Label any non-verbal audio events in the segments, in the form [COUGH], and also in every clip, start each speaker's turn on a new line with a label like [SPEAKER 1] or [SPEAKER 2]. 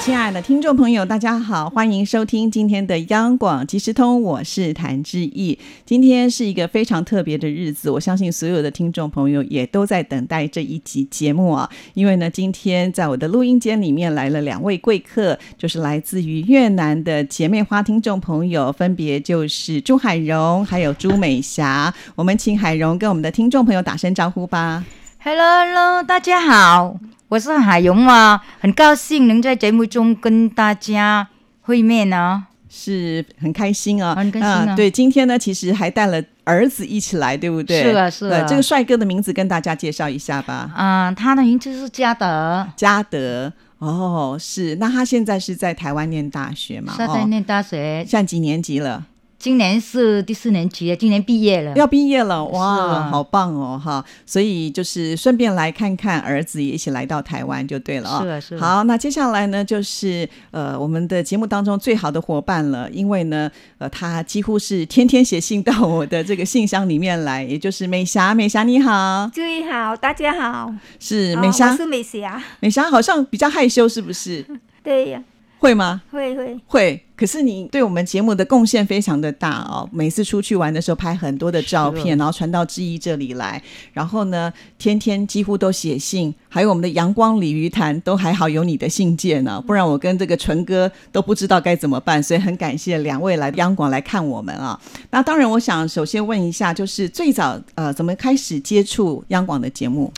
[SPEAKER 1] 亲爱的听众朋友，大家好，欢迎收听今天的央广即时通，我是谭志毅。今天是一个非常特别的日子，我相信所有的听众朋友也都在等待这一集节目啊，因为呢，今天在我的录音间里面来了两位贵客，就是来自于越南的姐妹花听众朋友，分别就是朱海荣还有朱美霞。我们请海荣跟我们的听众朋友打声招呼吧。
[SPEAKER 2] Hello Hello，大家好，我是海荣啊，很高兴能在节目中跟大家会面哦呢、
[SPEAKER 1] 是很开心啊，
[SPEAKER 2] 很开心啊
[SPEAKER 1] 呃对，今天呢，其实还带了儿子一起来，对不对？
[SPEAKER 2] 是啊是啊
[SPEAKER 1] 呃这个帅哥的名字跟大家介绍一下吧，
[SPEAKER 2] 啊。他的名字是嘉德，
[SPEAKER 1] 嘉德。哦，是，那他现在是在台湾念大学嘛？
[SPEAKER 2] 他啊在
[SPEAKER 1] 哦，
[SPEAKER 2] 念大学，
[SPEAKER 1] 现在几年级了？
[SPEAKER 2] 今年是第四年级了，今年毕业了。
[SPEAKER 1] 要毕业了，哇，
[SPEAKER 2] 是啊
[SPEAKER 1] 好棒哦，哈！所以就是顺便来看看儿子，也一起来到台湾就对了啊、
[SPEAKER 2] 是啊是啊
[SPEAKER 1] 好，那接下来呢，就是呃，我们的节目当中最好的伙伴了，因为呢，呃，他几乎是天天写信到我的这个信箱里面来，也就是美霞，美霞你好，
[SPEAKER 3] 注意好，大家好，
[SPEAKER 1] 是
[SPEAKER 3] 啊
[SPEAKER 1] 嗯美霞，
[SPEAKER 3] 我是美霞，
[SPEAKER 1] 美霞好像比较害羞，是不是？
[SPEAKER 3] 对呀，
[SPEAKER 1] 会吗？
[SPEAKER 3] 会会，
[SPEAKER 1] 会，可是你对我们节目的贡献非常的大哦。每次出去玩的时候拍很多的照片，然后传到志毅这里来，然后呢，天天几乎都写信，还有我们的阳光鲤鱼潭都还好有你的信件呢、不然我跟这个纯哥都不知道该怎么办。所以很感谢两位来央广来看我们啊。那当然，我想首先问一下，就是最早呃怎么开始接触央广的节目？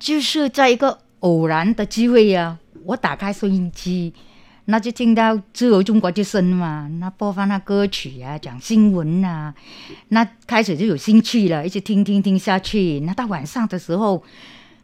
[SPEAKER 2] 就是在一个偶然的机会呀、我打开收音机，那就听到《自由中国之声》嘛，那播放那歌曲啊，讲新闻啊，那开始就有兴趣了，一直听听听下去。那到晚上的时候，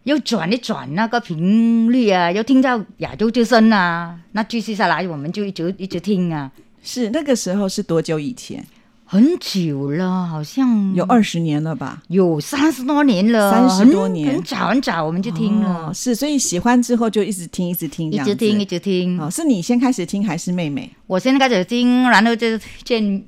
[SPEAKER 2] 又转一转那个频率啊，又听到《亚洲之声》啊，那继续下来我们就一直一直听啊，
[SPEAKER 1] 是那个时候是多久以前？
[SPEAKER 2] 很久了，好像
[SPEAKER 1] 有二十年了吧？
[SPEAKER 2] 有三十多年了，
[SPEAKER 1] 30多年
[SPEAKER 2] 很很早很早我们就听了。
[SPEAKER 1] 哦是，所以喜欢之后就一直听，一直听，
[SPEAKER 2] 一直听，一。直听。
[SPEAKER 1] 哦，是你先开始听还是妹妹
[SPEAKER 2] 我现在开始听，然后就见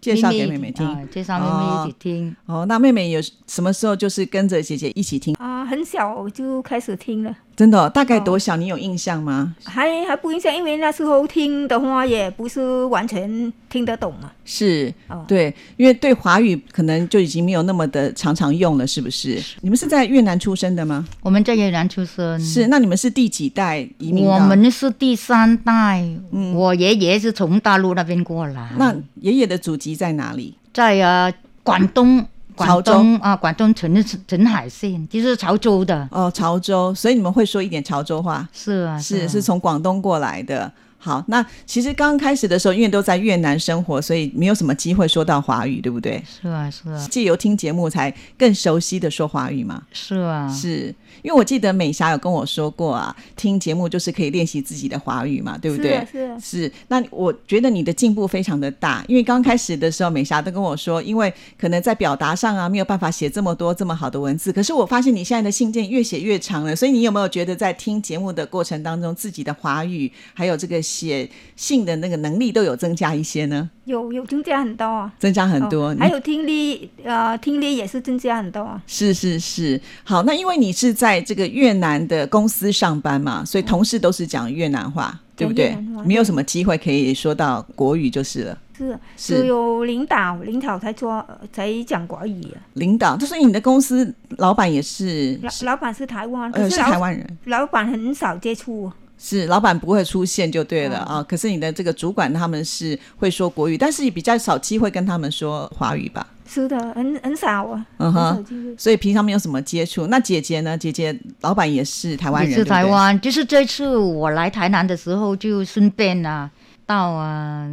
[SPEAKER 1] 介绍
[SPEAKER 2] 一
[SPEAKER 1] 给
[SPEAKER 2] 起
[SPEAKER 1] 妹妹听？
[SPEAKER 2] 啊介绍妹妹一起听。
[SPEAKER 1] 哦，那妹妹有什么时候就是跟着姐姐一起听？
[SPEAKER 3] 啊，很小我就开始听了，
[SPEAKER 1] 真的哦、大概多小？你有印象吗？
[SPEAKER 3] 还还不印象，因为那时候听的话也不是完全听得懂啊，
[SPEAKER 1] 是
[SPEAKER 3] 哦
[SPEAKER 1] 对，因为对华语可能就已经没有那么的常常用了，是不是？你们是在越南出生的吗？
[SPEAKER 2] 我们在越南出生，
[SPEAKER 1] 是，那你们是第几代移民的？嗯
[SPEAKER 2] 嗯我们是第三代。我爷爷是从大陆那边过来，
[SPEAKER 1] 那爷爷的祖籍在哪里？
[SPEAKER 2] 在啊广东。
[SPEAKER 1] 潮
[SPEAKER 2] 广
[SPEAKER 1] 州
[SPEAKER 2] 东啊，广东澄澄海县，就是潮州的，
[SPEAKER 1] 哦，潮州，所以你们会说一点潮州话？
[SPEAKER 2] 是啊，
[SPEAKER 1] 是
[SPEAKER 2] 啊
[SPEAKER 1] 是从广东过来的。好，那其实刚开始的时候，因为都在越南生活，所以没有什么机会说到华语，对不对？
[SPEAKER 2] 是啊，是啊，
[SPEAKER 1] 借由听节目才更熟悉的说华语嘛。
[SPEAKER 2] 是啊，
[SPEAKER 1] 是因为我记得美霞有跟我说过啊，听节目就是可以练习自己的华语嘛，对不对？
[SPEAKER 3] 是啊是啊
[SPEAKER 1] 是，那我觉得你的进步非常的大，因为刚开始的时候，美霞都跟我说，因为可能在表达上啊，没有办法写这么多这么好的文字。可是我发现你现在的信件越写越长了，所以你有没有觉得在听节目的过程当中，自己的华语还有这个写信的那个能力都有增加一些呢？
[SPEAKER 3] 有有增加很多啊，
[SPEAKER 1] 增加很多，
[SPEAKER 3] 哦
[SPEAKER 1] 你
[SPEAKER 3] 还有听力，呃，听力也是增加很多啊，
[SPEAKER 1] 是是是，好，那因为你是在这个越南的公司上班嘛，所以同事都是讲越南话，对不对
[SPEAKER 3] 讲越南？话
[SPEAKER 1] 没有什么机会可以说到国语就是了。
[SPEAKER 3] 是啊
[SPEAKER 1] 是
[SPEAKER 3] 只有领导领导才说呃才讲国语啊，
[SPEAKER 1] 领导，就是你的公司老板也是，
[SPEAKER 2] 嗯
[SPEAKER 3] 老老板是台湾，可
[SPEAKER 1] 呃，
[SPEAKER 3] 是
[SPEAKER 1] 是
[SPEAKER 3] 老
[SPEAKER 1] 台湾人，
[SPEAKER 3] 老板很少接触啊，
[SPEAKER 1] 是老板不会出现就对了
[SPEAKER 2] 嗯
[SPEAKER 1] 啊。可是你的这个主管他们是会说国语，但是也比较少机会跟他们说华语吧。
[SPEAKER 3] 是的，很很少啊，
[SPEAKER 1] 嗯
[SPEAKER 3] 很
[SPEAKER 1] 哼
[SPEAKER 3] 少机会。
[SPEAKER 1] 所以平常没有什么接触。那姐姐呢？姐姐老板也是台湾人，
[SPEAKER 2] 也
[SPEAKER 1] 对
[SPEAKER 2] 是
[SPEAKER 1] 不对
[SPEAKER 2] 台湾，就是这次我来台南的时候，就顺便啊，到啊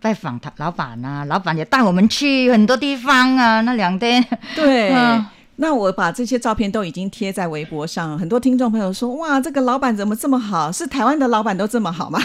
[SPEAKER 2] 拜访他老板啊，老板也带我们去很多地方啊。那两天 [LAUGHS]
[SPEAKER 1] 对。
[SPEAKER 2] 嗯
[SPEAKER 1] 那我把这些照片都已经贴在微博上，很多听众朋友说：“ [LAUGHS] 哇，这个老板怎么这么好？是台湾的老板都这么好吗？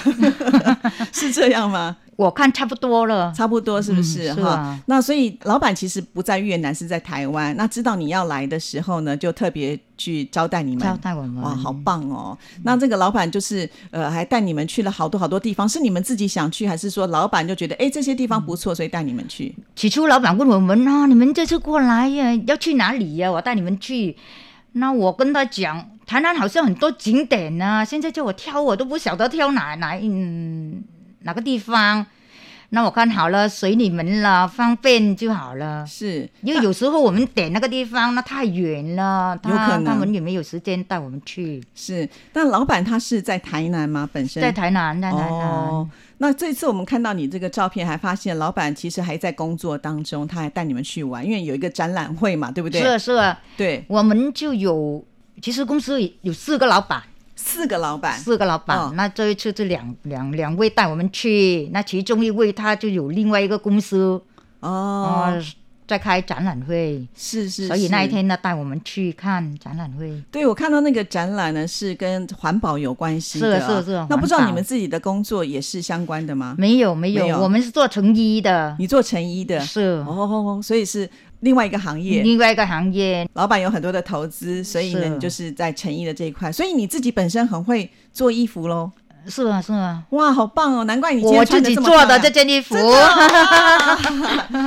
[SPEAKER 1] 是这样吗？
[SPEAKER 2] 我看差不多了。
[SPEAKER 1] 差不多是不是
[SPEAKER 2] 嗯
[SPEAKER 1] 哈、
[SPEAKER 2] 是啊
[SPEAKER 1] 那所以老板其实不在越南，是在台湾。那知道你要来的时候呢，就特别去招待你们。
[SPEAKER 2] 招待嗯我们
[SPEAKER 1] 哇，好棒哦！那这个老板就是呃，还带你们去了好多好多地方，是你们自己想去，还是说老板就觉得哎这些地方不错，所以带你们去？
[SPEAKER 2] 起初老板问我们啊，你们这次过来呀、要去哪里呀、我带你们去。那我跟他讲，台南好像很多景点啊，现在叫我挑，我都不晓得挑哪哪嗯哪个地方。那我看好了，随你们了，方便就好了。
[SPEAKER 1] 是，
[SPEAKER 2] 因为有时候我们点那个地方，那太远了，
[SPEAKER 1] 有可
[SPEAKER 2] 他
[SPEAKER 1] 能
[SPEAKER 2] 他们也没有时间带我们去，
[SPEAKER 1] 是，但老板他是在台南吗？本身
[SPEAKER 2] 在台南，啊在台南。
[SPEAKER 1] 哦，那这次我们看到你这个照片，还发现老板其实还在工作当中，他还带你们去玩，因为有一个展览会嘛，对不对？
[SPEAKER 2] 是啊是啊，
[SPEAKER 1] 对，
[SPEAKER 2] 我们就有，其实公司有四个老板，
[SPEAKER 1] 四个老板
[SPEAKER 2] 四个老板。
[SPEAKER 1] 哦
[SPEAKER 2] 那这一次这两两两位带我们去，那其中一位他就有另外一个公司
[SPEAKER 1] 哦，
[SPEAKER 2] 哦、在开展览会，
[SPEAKER 1] 是是，
[SPEAKER 2] 所以那一
[SPEAKER 1] 是
[SPEAKER 2] 天呢带我们去看展览会。
[SPEAKER 1] 对，我看到那个展览呢是跟环保有关系的啊，
[SPEAKER 2] 是是是
[SPEAKER 1] 那不知道
[SPEAKER 2] 环
[SPEAKER 1] 你
[SPEAKER 2] 保
[SPEAKER 1] 们自己的工作也是相关的吗？
[SPEAKER 2] 没有没有，
[SPEAKER 1] 没有
[SPEAKER 2] 我们是做成衣的，
[SPEAKER 1] 你做成衣的，
[SPEAKER 2] 是、嗯
[SPEAKER 1] 哦，所以是另外一个行业。
[SPEAKER 2] 另外一个行业。
[SPEAKER 1] 老板有很多的投资，所以呢，
[SPEAKER 2] 是
[SPEAKER 1] 你就是在成衣的这一块，所以你自己本身很会做衣服喽。
[SPEAKER 2] 是啊是啊，
[SPEAKER 1] 哇，好棒哦！难怪你今
[SPEAKER 2] 我
[SPEAKER 1] 天
[SPEAKER 2] 自
[SPEAKER 1] 穿得
[SPEAKER 2] 己
[SPEAKER 1] 这么
[SPEAKER 2] 做的
[SPEAKER 1] 漂亮啊
[SPEAKER 2] 这件衣服。
[SPEAKER 1] [LAUGHS]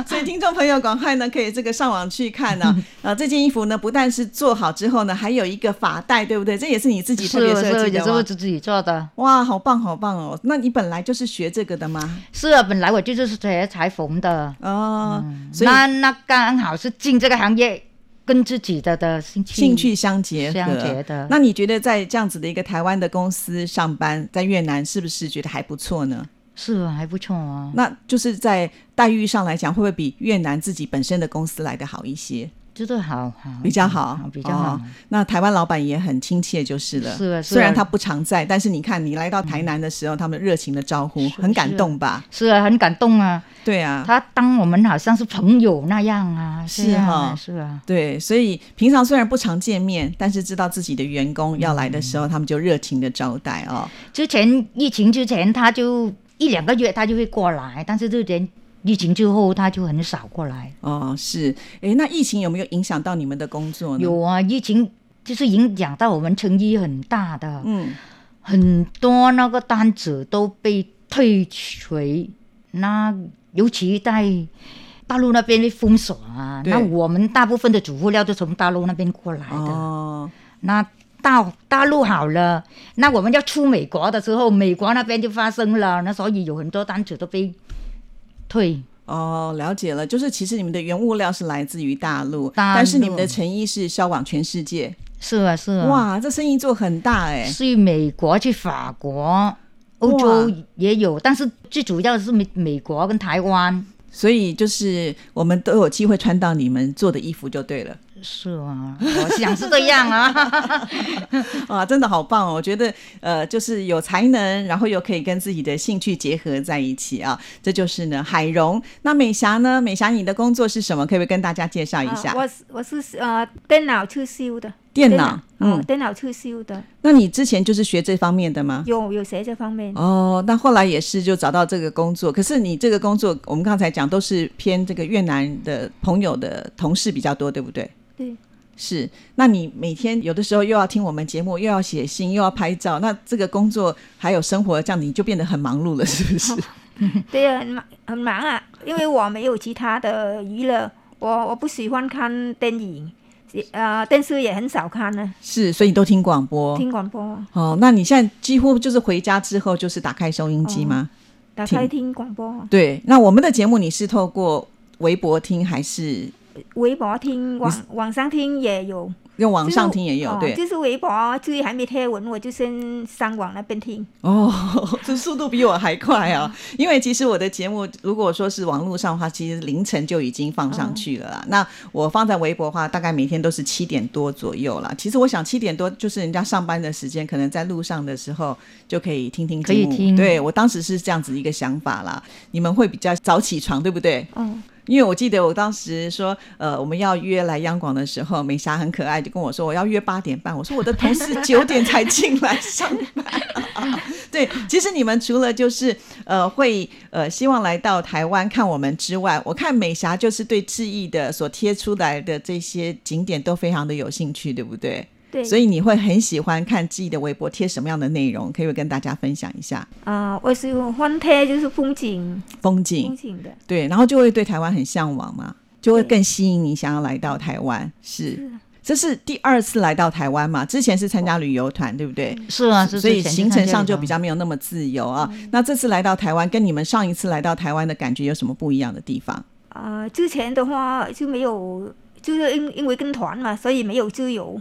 [SPEAKER 1] 所以听众朋友赶快呢可以这个上网去看
[SPEAKER 2] [LAUGHS]
[SPEAKER 1] 呢、啊。呃，这件衣服呢不但是做好之后呢，还有一个发带，对不对？这也是你自己特别
[SPEAKER 2] 是
[SPEAKER 1] 设
[SPEAKER 2] 是，
[SPEAKER 1] 计
[SPEAKER 2] 也
[SPEAKER 1] 的
[SPEAKER 2] 是我
[SPEAKER 1] 吗？
[SPEAKER 2] 自己做的。
[SPEAKER 1] 哇，好棒好棒哦！那你本来就是学这个的吗？
[SPEAKER 2] 是啊，本来我就是学裁缝的，
[SPEAKER 1] 哦，所以
[SPEAKER 2] 嗯那那刚好是进这个行业，跟自己的的兴趣
[SPEAKER 1] 兴趣相结合。
[SPEAKER 2] 相结的
[SPEAKER 1] 那你觉得在这样子的一个台湾的公司上班，在越南是不是觉得还不错呢？
[SPEAKER 2] 是啊，还不错啊。
[SPEAKER 1] 那就是在待遇上来讲，会不会比越南自己本身的公司来的好一些？
[SPEAKER 2] 这个好好
[SPEAKER 1] 比较好，
[SPEAKER 2] 比较好
[SPEAKER 1] 哦。那台湾老板也很亲切，就是了。
[SPEAKER 2] 是啊是啊
[SPEAKER 1] 虽然他不常在，但是你看你来到台南的时候，他们热情的招呼，
[SPEAKER 2] 是
[SPEAKER 1] 很感动吧？
[SPEAKER 2] 是啊，很感动啊。
[SPEAKER 1] 对啊，
[SPEAKER 2] 他当我们好像是朋友那样啊，
[SPEAKER 1] 是
[SPEAKER 2] 这样
[SPEAKER 1] 哈
[SPEAKER 2] 啊，是啊，
[SPEAKER 1] 对，所以平常虽然不常见面，但是知道自己的员工要来的时候，
[SPEAKER 2] 嗯
[SPEAKER 1] 他们就热情的招待哦。
[SPEAKER 2] 之前疫情之前，他就一两个月他就会过来，但是这前疫情之后他就很少过来。
[SPEAKER 1] 哦，是，诶，那疫情有没有影响到你们的工作呢？，
[SPEAKER 2] 有啊，疫情就是影响到我们成衣很大的，
[SPEAKER 1] 嗯，
[SPEAKER 2] 很多那个单子都被退回，那尤其在大陆那边被封锁啊，
[SPEAKER 1] 对
[SPEAKER 2] 那我们大部分的主布料都从大陆那边过来的。
[SPEAKER 1] 哦，
[SPEAKER 2] 那到大陆好了，那我们要出美国的时候，美国那边就发生了，那所以有很多单子都被退。
[SPEAKER 1] 哦，了解了，就是其实你们的原物料是来自于大陆，
[SPEAKER 2] 大陆
[SPEAKER 1] 但是你们的成衣是销往全世界。
[SPEAKER 2] 是啊，是啊，，
[SPEAKER 1] 哇，这生意做很大哎、
[SPEAKER 2] 去美国、去法国、欧洲
[SPEAKER 1] 哇
[SPEAKER 2] 也有，但是最主要是美美国跟台湾。
[SPEAKER 1] 所以就是我们都有机会穿到你们做的衣服就对了。
[SPEAKER 2] 是啊，我想是这
[SPEAKER 1] [LAUGHS]
[SPEAKER 2] 样啊。
[SPEAKER 1] 哇，真的好棒哦！我觉得呃，就是有才能，然后又可以跟自己的兴趣结合在一起啊，这就是呢海荣。那美霞呢？美霞，你的工作是什么？可不可以跟大家介绍一下？
[SPEAKER 3] 啊我是我是呃电脑去修的，
[SPEAKER 1] 电脑，
[SPEAKER 3] 嗯，
[SPEAKER 1] 嗯，
[SPEAKER 3] 电脑去修的，
[SPEAKER 1] 那你之前就是学这方面的吗？
[SPEAKER 3] 有有学这方面，
[SPEAKER 1] 哦，那后来也是就找到这个工作，可是你这个工作，我们刚才讲都是偏这个越南的朋友的同事比较多，对不对？
[SPEAKER 3] 对，
[SPEAKER 1] 是。那你每天有的时候又要听我们节目，又要写信，又要拍照，那这个工作还有生活，这样你就变得很忙碌了，是不是？
[SPEAKER 3] 对啊，很忙很忙啊，因为我没有其他的娱乐，我我不喜欢看电影，呃，电视也很少看呢、
[SPEAKER 1] 是，所以你都听广播。
[SPEAKER 3] 听广播，
[SPEAKER 1] 哦，那你现在几乎就是回家之后就是打开收音机吗？
[SPEAKER 3] 打开听广播，
[SPEAKER 1] 对。那我们的节目你是透过微博听还是
[SPEAKER 3] 微博听，网网上听也有，
[SPEAKER 1] 用网上听也
[SPEAKER 3] 就
[SPEAKER 1] 有？
[SPEAKER 3] 是哦
[SPEAKER 1] 对。
[SPEAKER 3] 就是微博注意还没贴文，我就先上网那边听。
[SPEAKER 1] 哦，这速度比我还快啊！因为其实我的节目，如果说是网络上的话，其实凌晨就已经放上去了啦。那我放在微博的话，大概每天都是七点多左右啦。其实我想七点多就是人家上班的时间，可能在路上的时候就可以听听节目。
[SPEAKER 2] 可以听
[SPEAKER 1] 对我当时是这样子一个想法啦。你们会比较早起床，对不对？
[SPEAKER 3] 哦，
[SPEAKER 1] 因为我记得我当时说，呃，我们要约来央广的时候，美霞很可爱，就跟我说我要约八点半。我说我的同事九点才进来上班、对，其实你们除了就是呃会呃希望来到台湾看我们之外，我看美霞就是对志毅的所贴出来的这些景点都非常的有兴趣，对不对？
[SPEAKER 3] 对，
[SPEAKER 1] 所以你会很喜欢看志毅的微博贴什么样的内容，可以跟大家分享一下
[SPEAKER 3] 啊、我喜欢贴就是风景，
[SPEAKER 1] 风景
[SPEAKER 3] 风。景的，
[SPEAKER 1] 对，然后就会对台湾很向往嘛，就会
[SPEAKER 3] 对
[SPEAKER 1] 更吸引你想要来到台湾。是，这是第二次来到台湾嘛？之前是参加旅游团，对不对？
[SPEAKER 2] 是啊，是
[SPEAKER 1] 所以
[SPEAKER 2] 是
[SPEAKER 1] 行程上就比
[SPEAKER 2] 较
[SPEAKER 1] 较没有那么自由啊。那这次来到台湾，跟你们上一次来到台湾的感觉有什么不一样的地方？
[SPEAKER 3] 啊、之前的话就没有，就是因因为跟团嘛，所以没有自由。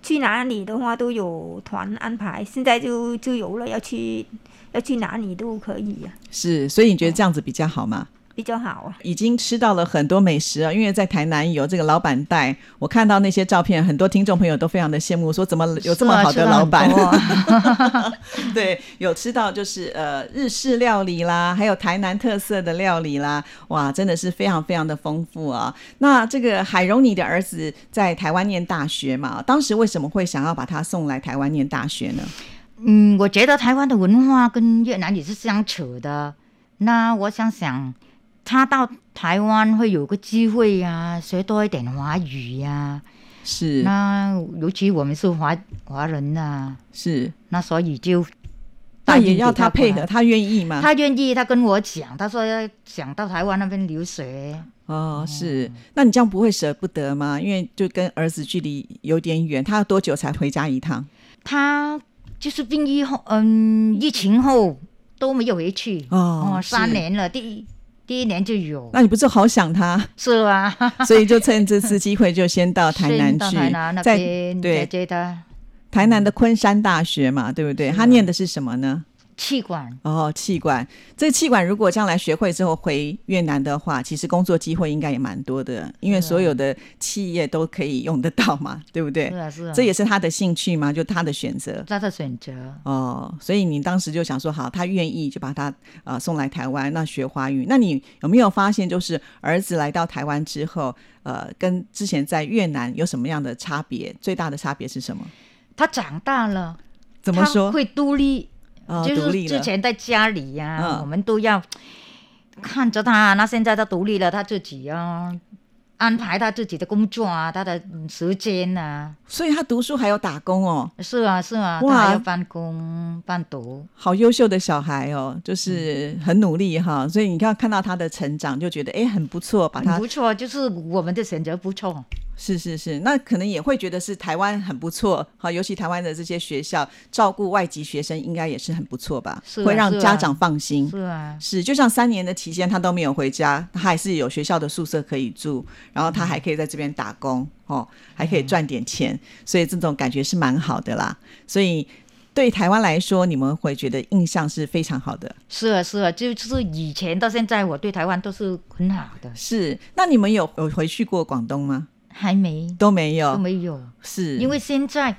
[SPEAKER 3] 去哪里的话都有团安排，现在就自由了，要去要去哪里都可以啊，
[SPEAKER 1] 是，所以你觉得这样子比较好吗？
[SPEAKER 3] 比较好啊。
[SPEAKER 1] 已经吃到了很多美食啊，因为在台南有这个老板带，我看到那些照片，很多听众朋友都非常的羡慕，说怎么有这么
[SPEAKER 2] 啊
[SPEAKER 1] 好的老板？ [LAUGHS] 对，有吃到就是呃日式料理啦，还有台南特色的料理啦，哇，真的是非常非常的丰富啊。那这个海荣，你的儿子在台湾念大学嘛，当时为什么会想要把他送来台湾念大学呢？
[SPEAKER 2] 嗯，我觉得台湾的文化跟越南也是相扯的。那我想想，他到台湾会有个机会呀、学多一点华语呀、
[SPEAKER 1] 是
[SPEAKER 2] 那尤其我们是华华人呐、
[SPEAKER 1] 是，
[SPEAKER 2] 那所以就
[SPEAKER 1] 那
[SPEAKER 2] 带进
[SPEAKER 1] 也要
[SPEAKER 2] 给他
[SPEAKER 1] 他配
[SPEAKER 2] 过
[SPEAKER 1] 合，啊
[SPEAKER 2] 来。
[SPEAKER 1] 他哦愿意吗？
[SPEAKER 2] 他愿意，他跟我讲，他说要想到台湾那边留学，
[SPEAKER 1] 哦，是，那你这样不会舍不得吗？因为就跟儿子距离有点远，他要多久才回家一趟？
[SPEAKER 2] 他就是病疫后，嗯，疫情后都没有回去
[SPEAKER 1] 哦是
[SPEAKER 2] 三年了，第一第一年就有，
[SPEAKER 1] 那你不是好想 [LAUGHS] 他，
[SPEAKER 2] 是啊，
[SPEAKER 1] 所以就趁这次机会就先到台南
[SPEAKER 2] 先到
[SPEAKER 1] 去，
[SPEAKER 2] 台南那
[SPEAKER 1] 在
[SPEAKER 2] 边
[SPEAKER 1] 对
[SPEAKER 2] 接接他
[SPEAKER 1] 台南的昆山大学
[SPEAKER 2] 嗯
[SPEAKER 1] 嘛，对不
[SPEAKER 2] 啊
[SPEAKER 1] 对？他念的是什么呢？
[SPEAKER 2] 气管，
[SPEAKER 1] 哦，气管。这气管如果将来学会之后回越南的话，其实工作机会应该也蛮多的，因为所有的企业都可以用得到嘛， [LAUGHS] 对不对
[SPEAKER 2] 嗯是？啊是啊，
[SPEAKER 1] 这也是他的兴趣嘛，就他的选择。
[SPEAKER 2] 他的选择，
[SPEAKER 1] 哦，所以你当时就想说，好，他愿意就把他呃送来台湾，那学华语。那你有没有发现，就是儿子来到台湾之后，呃，跟之前在越南有什么样的差别？最大的差别是什么？
[SPEAKER 2] 他长大了，
[SPEAKER 1] 怎么
[SPEAKER 2] 他
[SPEAKER 1] 说？
[SPEAKER 2] 会独立，
[SPEAKER 1] 呃，
[SPEAKER 2] 就
[SPEAKER 1] 独
[SPEAKER 2] 是
[SPEAKER 1] 立
[SPEAKER 2] 之
[SPEAKER 1] 了。
[SPEAKER 2] 前在家里呀、
[SPEAKER 1] 嗯
[SPEAKER 2] 我们都要看着他。那现在他独立了，他自己啊，安排他自己的工作啊，他的嗯时间啊，
[SPEAKER 1] 所以他读书还有打工哦，
[SPEAKER 2] 是啊是啊，
[SPEAKER 1] 哇
[SPEAKER 2] 他还要办公办读，
[SPEAKER 1] 好优秀的小孩哦，就是很努力哈。所以你看看到他的成长，就觉得哎很不错，把
[SPEAKER 2] 很
[SPEAKER 1] 他
[SPEAKER 2] 不错，就是我们的选择不错。
[SPEAKER 1] 是是是，那可能也会觉得是台湾很不错，好，尤其台湾的这些学校照顾外籍学生，应该也是很不错吧，
[SPEAKER 2] 是啊
[SPEAKER 1] 会让
[SPEAKER 2] 是啊
[SPEAKER 1] 家长放心。
[SPEAKER 2] 是啊，
[SPEAKER 1] 是，就像三年的期间，他都没有回家，他还是有学校的宿舍可以住，然后他还可以在这边打工，哦，还可以赚点钱，所以这种感觉是蛮好的啦。所以对台湾来说，你们会觉得印象是非常好的。
[SPEAKER 2] 是啊，是啊，就是以前到现在，我对台湾都是很好的，
[SPEAKER 1] 是，那你们有有回去过广东吗？
[SPEAKER 2] 还没
[SPEAKER 1] 都没有，
[SPEAKER 2] 都没有，
[SPEAKER 1] 啊是
[SPEAKER 2] 因为现在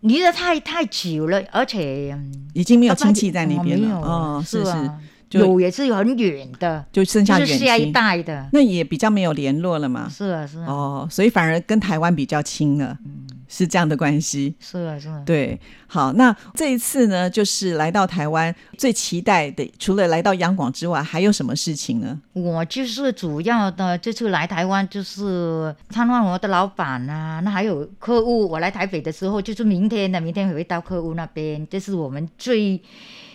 [SPEAKER 2] 离得太太久了，而且嗯
[SPEAKER 1] 已经没有
[SPEAKER 2] 爸爸
[SPEAKER 1] 亲戚在那
[SPEAKER 2] 哦
[SPEAKER 1] 边
[SPEAKER 2] 没
[SPEAKER 1] 了。
[SPEAKER 2] 有
[SPEAKER 1] 哦，是是，
[SPEAKER 2] 啊，
[SPEAKER 1] 就
[SPEAKER 2] 有也是很远的，
[SPEAKER 1] 就剩
[SPEAKER 2] 就
[SPEAKER 1] 下远
[SPEAKER 2] 是下一
[SPEAKER 1] 亲，
[SPEAKER 2] 代的，
[SPEAKER 1] 那也比较没有联络了嘛。
[SPEAKER 2] 是啊是啊
[SPEAKER 1] 哦，所以反而跟台湾比较亲了，
[SPEAKER 2] 嗯
[SPEAKER 1] 是这样的关系。
[SPEAKER 2] 是啊是啊，
[SPEAKER 1] 对，好，那这一次呢，就是来到台湾最期待的，除了来到央广之外，还有什么事情呢？
[SPEAKER 2] 我就是主要的这次来台湾就是参观我的老板啊，那还有客户。我来台北的时候就是明天的，明天会到客户那边，这是我们最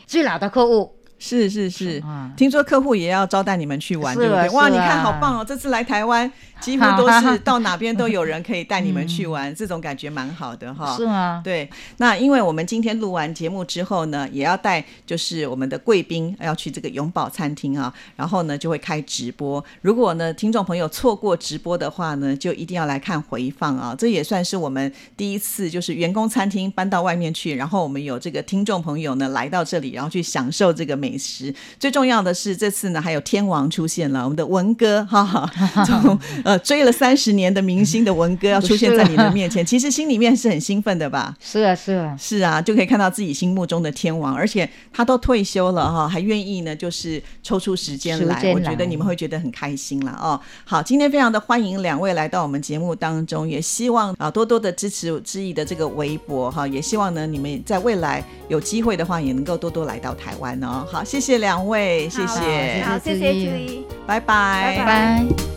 [SPEAKER 2] 最老的客户。
[SPEAKER 1] 是是是，
[SPEAKER 2] 啊
[SPEAKER 1] 听说客户也要招待你们去玩，
[SPEAKER 2] 是
[SPEAKER 1] 对不对？
[SPEAKER 2] 啊
[SPEAKER 1] 哇，
[SPEAKER 2] 是
[SPEAKER 1] 你看
[SPEAKER 2] 啊
[SPEAKER 1] 好棒哦！这次来台湾，几乎都
[SPEAKER 2] [LAUGHS]
[SPEAKER 1] 是到哪边都有人可以带你们去玩，这种感觉蛮好的哈。
[SPEAKER 2] 嗯是啊吗？
[SPEAKER 1] 对，那因为我们今天录完节目之后呢，也要带就是我们的贵宾要去这个永宝餐厅啊，然后呢就会开直播。如果呢听众朋友错过直播的话呢，就一定要来看回放啊。这也算是我们第一次就是员工餐厅搬到外面去，然后我们有这个听众朋友呢来到这里，然后去享受这个美美食。最重要的是，这次呢还有天王出现了，我们的文哥哈哈，从呃追了三十年的明星的文哥要出现在你的面前，其实心里面是很兴奋的吧？
[SPEAKER 2] 是啊，是啊，
[SPEAKER 1] 是啊，就可以看到自己心目中的天王，而且他都退休了哈，还愿意呢，就是抽出时间来，
[SPEAKER 2] 时间
[SPEAKER 1] 我
[SPEAKER 2] 来
[SPEAKER 1] 觉得你们会觉得很开心啦哦。好，今天非常的欢迎两位来到我们节目当中，也希望啊多多的支持知意的这个微博哈，也希望呢你们在未来有机会的话，也能够多多来到台湾哦。好，谢谢两位，谢
[SPEAKER 3] 好
[SPEAKER 1] 谢，
[SPEAKER 3] 好，谢谢
[SPEAKER 2] 谢谢
[SPEAKER 3] 朱一。
[SPEAKER 1] 拜拜
[SPEAKER 3] 拜
[SPEAKER 2] 拜。